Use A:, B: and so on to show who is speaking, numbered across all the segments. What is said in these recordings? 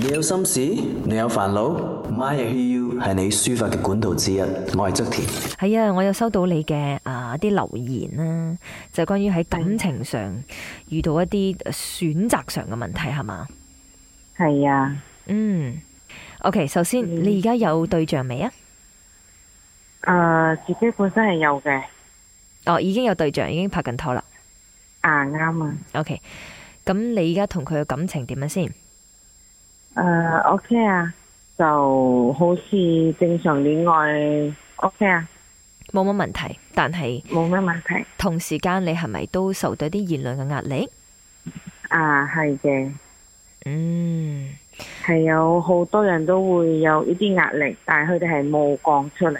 A: 你有心事，你有煩惱，My I Hear You 係你抒發嘅管道之一。我係側田。
B: 係啊，我有收到你嘅啊啲留言啦，就關於喺感情上遇到一啲呃選擇上嘅問題係嘛？
C: 系啊，
B: 嗯，OK，首先
C: 嗯
B: 你而家有對象未啊？
C: 诶、自己本身係有嘅，
B: 哦，已經有對象，已經拍緊拖啦。
C: 啊啱啊，
B: OK，咁你而家同佢嘅感情點樣先？
C: 诶、o k 啊，就好似正常戀愛 OK à, 啊，
B: 冇乜問題，但係
C: 冇咩問題，
B: 同時間你係咪都受到啲言論嘅壓力？
C: 啊係嘅，
B: 嗯，
C: 係有好多人都會有呢啲壓力，但係佢哋係冇講出嚟，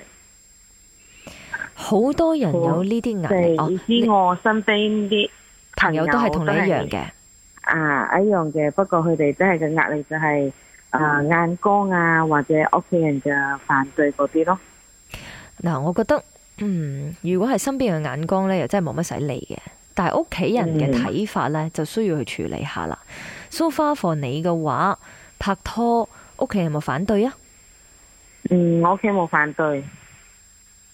B: 好多人有呢啲壓
C: 即
B: 力，
C: 係
B: 哦，
C: 意
B: 你
C: 思我身邊啲
B: 朋友都係同你一樣
C: 嘅，
B: 嘅。
C: 啊一樣嘅，不過佢哋真係嘅壓力就係、啊眼光啊，或者屋企人嘅反對嗰啲咯，
B: 嗱，我覺得，嗯，如果係身邊嘅眼光呢，又真係冇乜使理嘅。但係屋企人嘅
C: 嗯
B: 睇法呢，就需要去處理下啦。So far for 你嘅話，拍拖屋企人有冇反對啊？
C: 嗯，我屋企冇反對，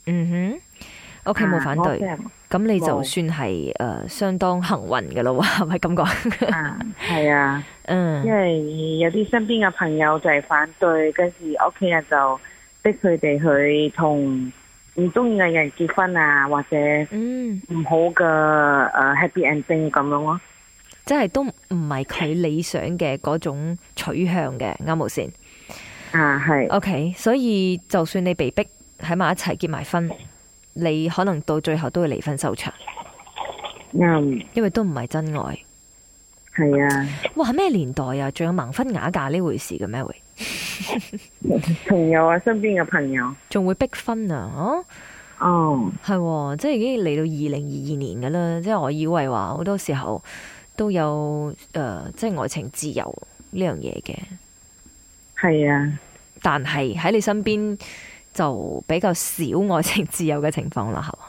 B: 嗯哼，屋企冇
C: 啊
B: 反
C: 我屋企
B: 對，
C: 人
B: 咁你就
C: 冇
B: 算係诶、呃相當幸運嘅咯喎， 係咪咁講？
C: 啊， 系啊，因
B: 嗯
C: 為有啲身邊嘅朋友就係反對，跟住屋企人就逼佢哋去同唔中意嘅人結婚啊，或者
B: 嗯，
C: 唔好嘅诶 happy ending 咁樣咯。
B: 即係都唔係佢理想嘅嗰種取向嘅，啱冇先
C: 啊，係
B: ？OK，所以就算你被逼喺埋一齊結埋婚，你可能到最後都會離婚收場。
C: 啱，
B: 因為都唔係真愛。
C: 係啊，
B: 哇，咩年代啊？仲有盲婚啞嫁呢回事嘅咩？會
C: 朋友啊，身邊嘅朋友，
B: 仲會逼婚啊？哦，
C: 哦，
B: 係喎，即係已經嚟到二零二二年噶啦。即係我以為話好多時候都有诶、呃即係愛情自由呢樣嘢嘅，
C: 係啊，
B: 但係喺你身邊就比較少愛情自由嘅情況啦，係嘛？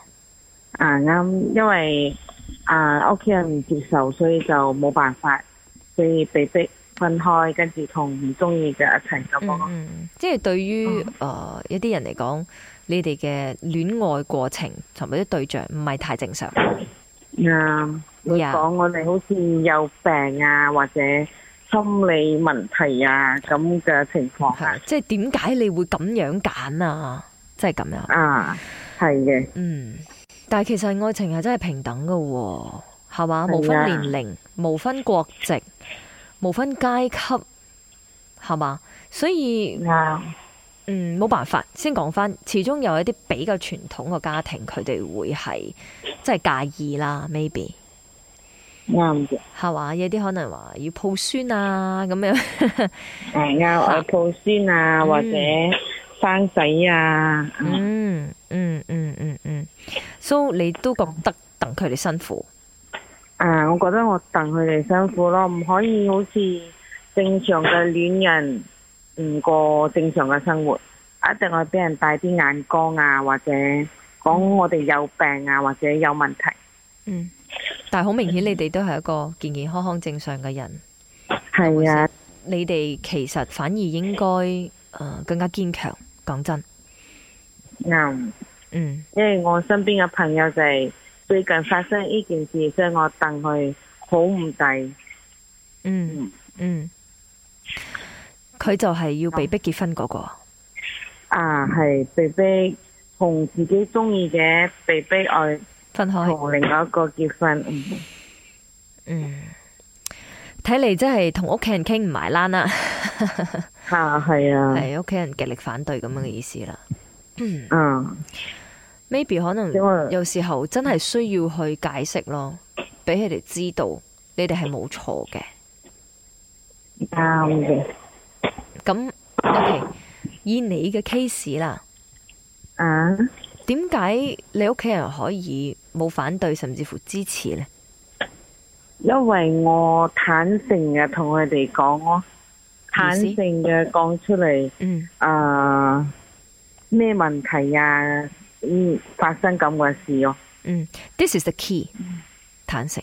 C: 啊啱，因為啊屋企人唔接受，所以就冇辦法，所以被逼分開，跟住同唔中意嘅一齊咁樣
B: 嗯
C: 咯。
B: 嗯，即係對於誒、
C: 嗯
B: 呃一啲人嚟講，你哋嘅戀愛過程同埋啲對象唔係太正常。
C: 嗯啱，會
B: Yeah
C: 講我哋好似有病啊，或者心理問題啊咁嘅情況啊
B: 係，即係點解你會咁樣揀啊？即係咁樣，
C: 啊，係嘅，
B: 嗯。但係其實愛情係真係平等嘅喎、係嘛？
C: 係啊
B: 無分年齡，無分國籍，無分階級，係嘛？所以
C: 啱，
B: 嗯，冇辦法。先講翻，始終有一啲比較傳統嘅家庭，佢哋會係即係介意啦，maybe
C: 啱嘅，
B: 係嘛？有啲可能話要抱孫啊咁樣，
C: 誒啱
B: 啊
C: 我抱孫啊，
B: 嗯
C: 或者生仔啊，嗯
B: 嗯嗯嗯嗯嗯，所以你都覺得等佢哋辛苦。
C: 啊，我覺得我戥佢哋辛苦咯，唔可以好似正常嘅戀人唔過正常嘅生活，一定係俾人帶啲眼光啊，或者講我哋有病啊，或者有問題，
B: 嗯，但係好明顯，你哋都係一個健健康康正常嘅人，
C: 係啊。
B: 你哋其實反而應該诶、呃更加堅強。講真，
C: 啱，
B: 嗯
C: 因為我身邊嘅朋友就係最近發生呢件事，所以我戥佢好唔抵。
B: 嗯嗯，佢、就係要被逼結婚嗰、個，
C: 啊，係被逼同自己中意嘅被逼愛
B: 分開。
C: 同另外一個結婚，嗯
B: 嗯，睇嚟真係同屋企人傾唔埋欄啦，
C: 啊，係啊，
B: 係屋企人極力反對咁樣嘅意思啦。
C: 嗯，
B: maybe 可能
C: 因為
B: 有時候真係需要去解釋咯，俾佢哋知道你哋係冇錯嘅。
C: 啱嘅，
B: 咁 OK，以你嘅 case 啦，
C: 啊，
B: 點解你屋企人可以冇反對甚至乎支持呢？
C: 因為我坦誠嘅同佢哋講咯，坦誠嘅講出嚟，
B: 嗯
C: 啊，咩問題啊，嗯，發生咁嘅事咯，
B: 嗯，this is the key，坦誠，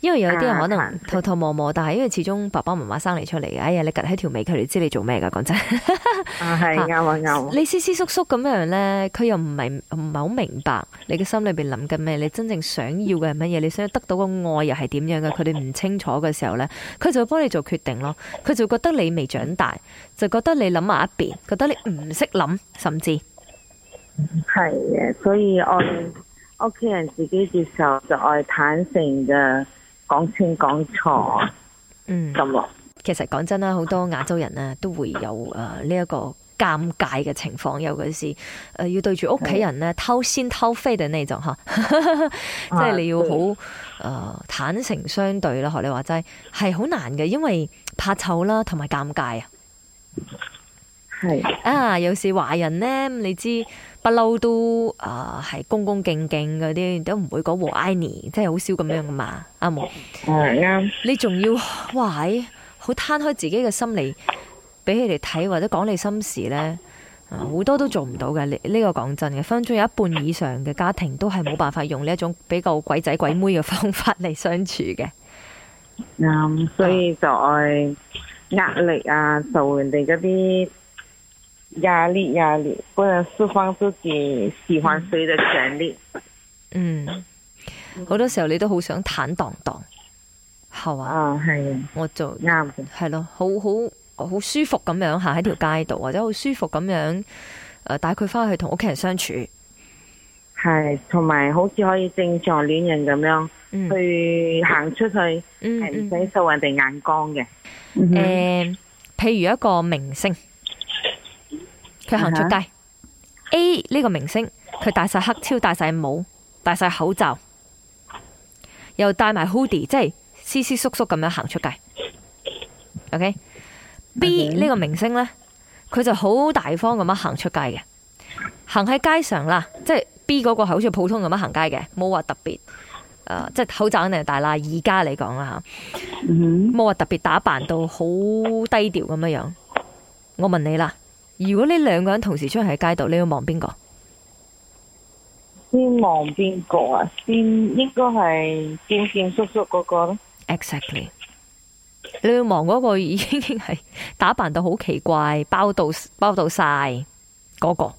B: 因為有啲人
C: 啊
B: 可
C: 彈
B: 能
C: 性
B: 偷偷摸摸，但係因為始終爸爸媽媽生你出嚟嘅，哎呀，你趌喺條尾，佢哋知你做咩噶。講真，
C: 啊係
B: 嚇
C: 啱啊啱啊。
B: 你斯斯縮縮咁樣呢，佢又唔係唔係好明白你嘅心裏邊諗緊咩，你真正想要嘅係乜嘢，你想得到個愛又係點樣嘅，佢哋唔清楚嘅時候呢，佢就會幫你做決定咯。佢就會覺得你未長大，就覺得你諗埋一邊，覺得你唔識諗，甚至
C: 係嘅，所以我哋屋企人自己接受就愛坦誠嘅講清講錯
B: 嗯。
C: 咁咯。
B: 其實講真啦，好多亞洲人咧都會有誒呢一個尷尬嘅情況，尤其是誒、呃要對住屋企人咧偷先偷飛嘅那種嚇， 即係你要好誒、呃坦誠相對啦。學你話齋係好難嘅，因為怕醜啦，同埋尷尬啊。
C: 係
B: 啊，有時華人呢，你知不嬲都啊係、恭恭敬敬嗰啲，都唔會講和 I 尼，即係好少咁樣噶嘛，啱冇？
C: 係嗯啱，
B: 你仲要哇，唉好攤開自己嘅心理俾佢哋睇，或者講你心事呢，啊好多都做唔到嘅。呢、呢個講真嘅，分分鐘有一半以上嘅家庭都係冇辦法用呢一種比較鬼仔鬼妹嘅方法嚟相處嘅。
C: 啱，所以就愛呃壓力啊，受人哋嗰啲壓力壓力，不能釋放自己喜歡誰的權利。
B: 嗯，好多時候你都好想坦蕩蕩，係嘛？
C: 啊，係啊
B: 我做
C: 啱嘅，
B: 係咯，好好好舒服咁樣行喺條街度，或者好舒服咁樣誒帶佢翻去同屋企人相處。
C: 係同埋好似可以正常戀人咁樣
B: 嗯
C: 去行出去，係
B: 嗯嗯。
C: 唔使受人哋眼光嘅。嗯哼
B: 诶、呃譬如一個明星，佢行出
C: 啊
B: 街、a 呢個明星，佢戴晒黑超，戴晒帽，戴晒口罩，又戴埋 hoodie，即係斯斯縮縮咁樣行出街。OK，B、呢個明星呢，佢就好大方咁樣行出街嘅，行喺街上啦，即係 B 嗰個係好似普通咁樣行街嘅，冇話特別。诶、即係口罩肯定係戴啦。而家嚟講啦吓，
C: 嗯
B: 冇話特別打扮到好低調咁樣樣。我問你啦，如果呢兩個人同時出現喺街度，你要望邊個？
C: 先望邊個啊？先應該係健健叔叔嗰個咯。
B: Exactly，你要望嗰個已經係打扮到好奇怪，包到包到晒嗰、個。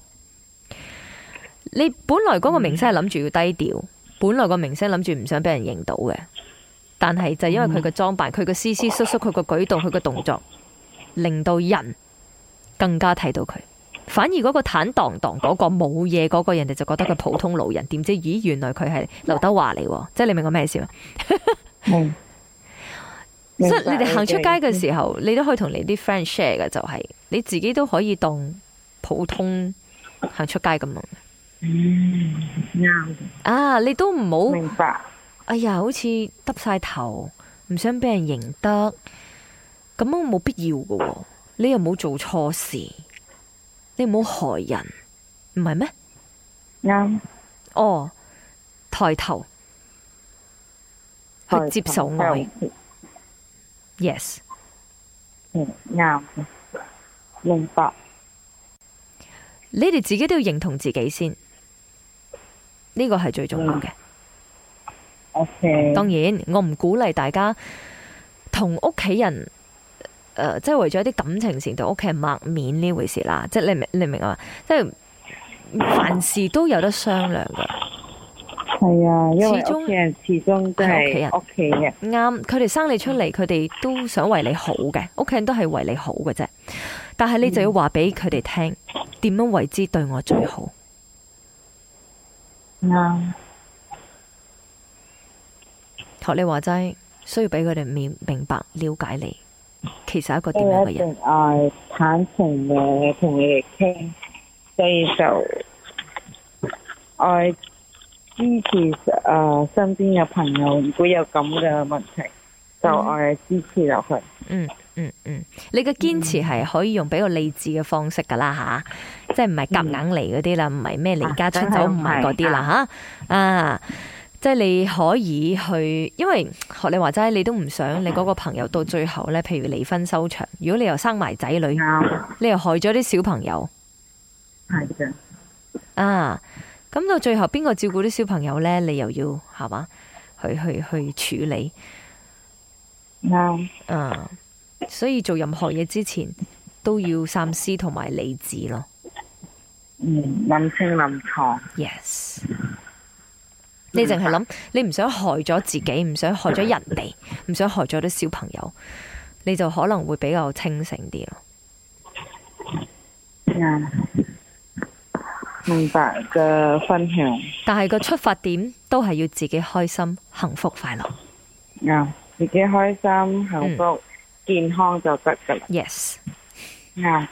B: 你本來嗰個明星係諗住要低調，本來個明星諗住唔想俾人認到嘅，但係就因為佢嘅裝扮、佢嘅斯斯縮縮、佢嘅舉動、佢嘅動作，令到人更加睇到佢。反而嗰個坦蕩蕩嗰個冇嘢嗰個人哋就覺得佢普通路人，點知咦原來佢係劉德華嚟喎，即係你明我咩意思嗎？
C: 嗯，
B: 所以你哋行出街嘅時候，你都可以同你啲 friend share 嘅，就係你自己都可以當普通行出街咁樣
C: 啱，
B: 啊！你都唔好，
C: 明白。
B: 哎呀，好似耷晒頭，唔想俾人認得，咁樣冇必要嘅喎。你又冇做錯事，你唔好害人，唔係咩？
C: 啱，
B: 哦，抬頭去接受愛
C: 係係
B: ，yes。
C: 嗯，啱，明白。
B: 你哋自己都要認同自己先，呢個係最重要嘅。
C: O K，
B: 當然，我唔鼓勵大家同屋企人。誒、即係為咗一啲感情事同屋企人抹面呢回事啦，即係你明你明啊？即係凡事都有得商量㗎。
C: 係啊，因為
B: 始終
C: 屋企人始終都係
B: 係
C: 屋企人。
B: 啱，佢哋生你出嚟，佢哋都想為你好嘅，屋企人都係為你好嘅啫。但係你就要話俾佢哋聽，點樣為之對我最好？
C: 啱，
B: 學你話齋，需要俾佢哋明明白了解你，其實係一個
C: 所
B: 點樣嘅
C: 以一
B: 人。
C: 定愛坦誠嘅同你哋傾，所以就愛支持誒、呃身邊嘅朋友，如果有咁嘅問題，就愛支持落去。
B: 嗯嗯嗯，你嘅堅持係可以用比較理智嘅方式噶啦吓，即係唔係夾硬嚟嗰啲啦，唔係咩離家出走，
C: 啊
B: 唔係嗰啲啦吓啊！即係你可以去，因為學你話齋，你都唔想你嗰個朋友到最後呢，譬如離婚收場。如果你又生埋仔女，
C: 啱，
B: 你又害咗啲小朋友
C: 係嘅，
B: 啊，咁到最後邊個照顧啲小朋友呢？你又要係嘛？去去去處理。
C: 啱
B: 啊，所以做任何嘢之前都要三思同埋理智咯。
C: 嗯，諗清諗錯，
B: Yes，你淨係諗，你唔想害咗自己，唔想害咗人哋，唔想害咗啲小朋友，你就可能會比較清醒啲咯。
C: 啱，明白嘅分享，
B: 但係個出發點都係要自己開心、幸福、快樂。
C: 啱，自己開心、幸福、健康就得噶啦，
B: Yes，
C: 啱，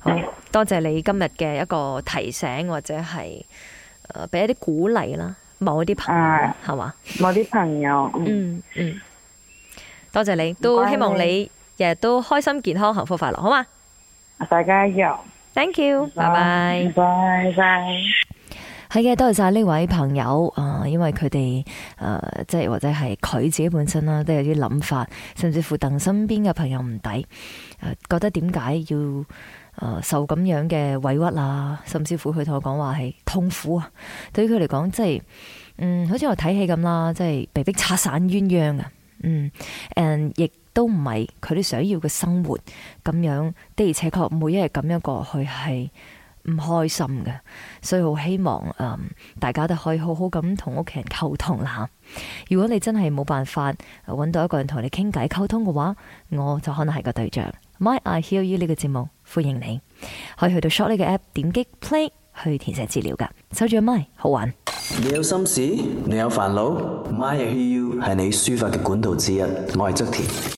B: 好多謝你今日嘅一個提醒，或者係诶俾一啲鼓勵啦，某一啲朋友
C: 啊
B: 係嘛？
C: 我啲朋友，嗯，
B: 嗯嗯，多謝你，都希望你日日都開心、健康、幸福、快樂，好嘛
C: 大家有，
B: ？Thank you，拜拜。
C: 拜拜。
B: 係嘅，多謝晒呢位朋友啊、因為佢哋誒即係或者係佢自己本身啦，都有啲諗法，甚至乎戥身邊嘅朋友唔抵，誒、覺得點解要誒、受咁樣嘅委屈啊，甚至乎佢同我講話係痛苦啊，對於佢嚟講即係嗯，好似我睇戲咁啦，即係被逼拆散鴛鴦啊，嗯，and 亦都唔係佢哋想要嘅生活咁樣，的而且確每一日咁樣過去係唔開心嘅。所以好希望嗯大家都可以好好咁同屋企人溝通啦。如果你真係冇辦法呃揾到一個人同你傾偈溝通嘅話，我就可能係個對象。My I Hear You 呢個節目歡迎你，可以去到 s h o t 呢個 app 點擊 play 去填寫資料噶。守住個 My 好玩。
A: 你有心事，你有煩惱，My I Hear You 係你抒發嘅管道之一。我係側田。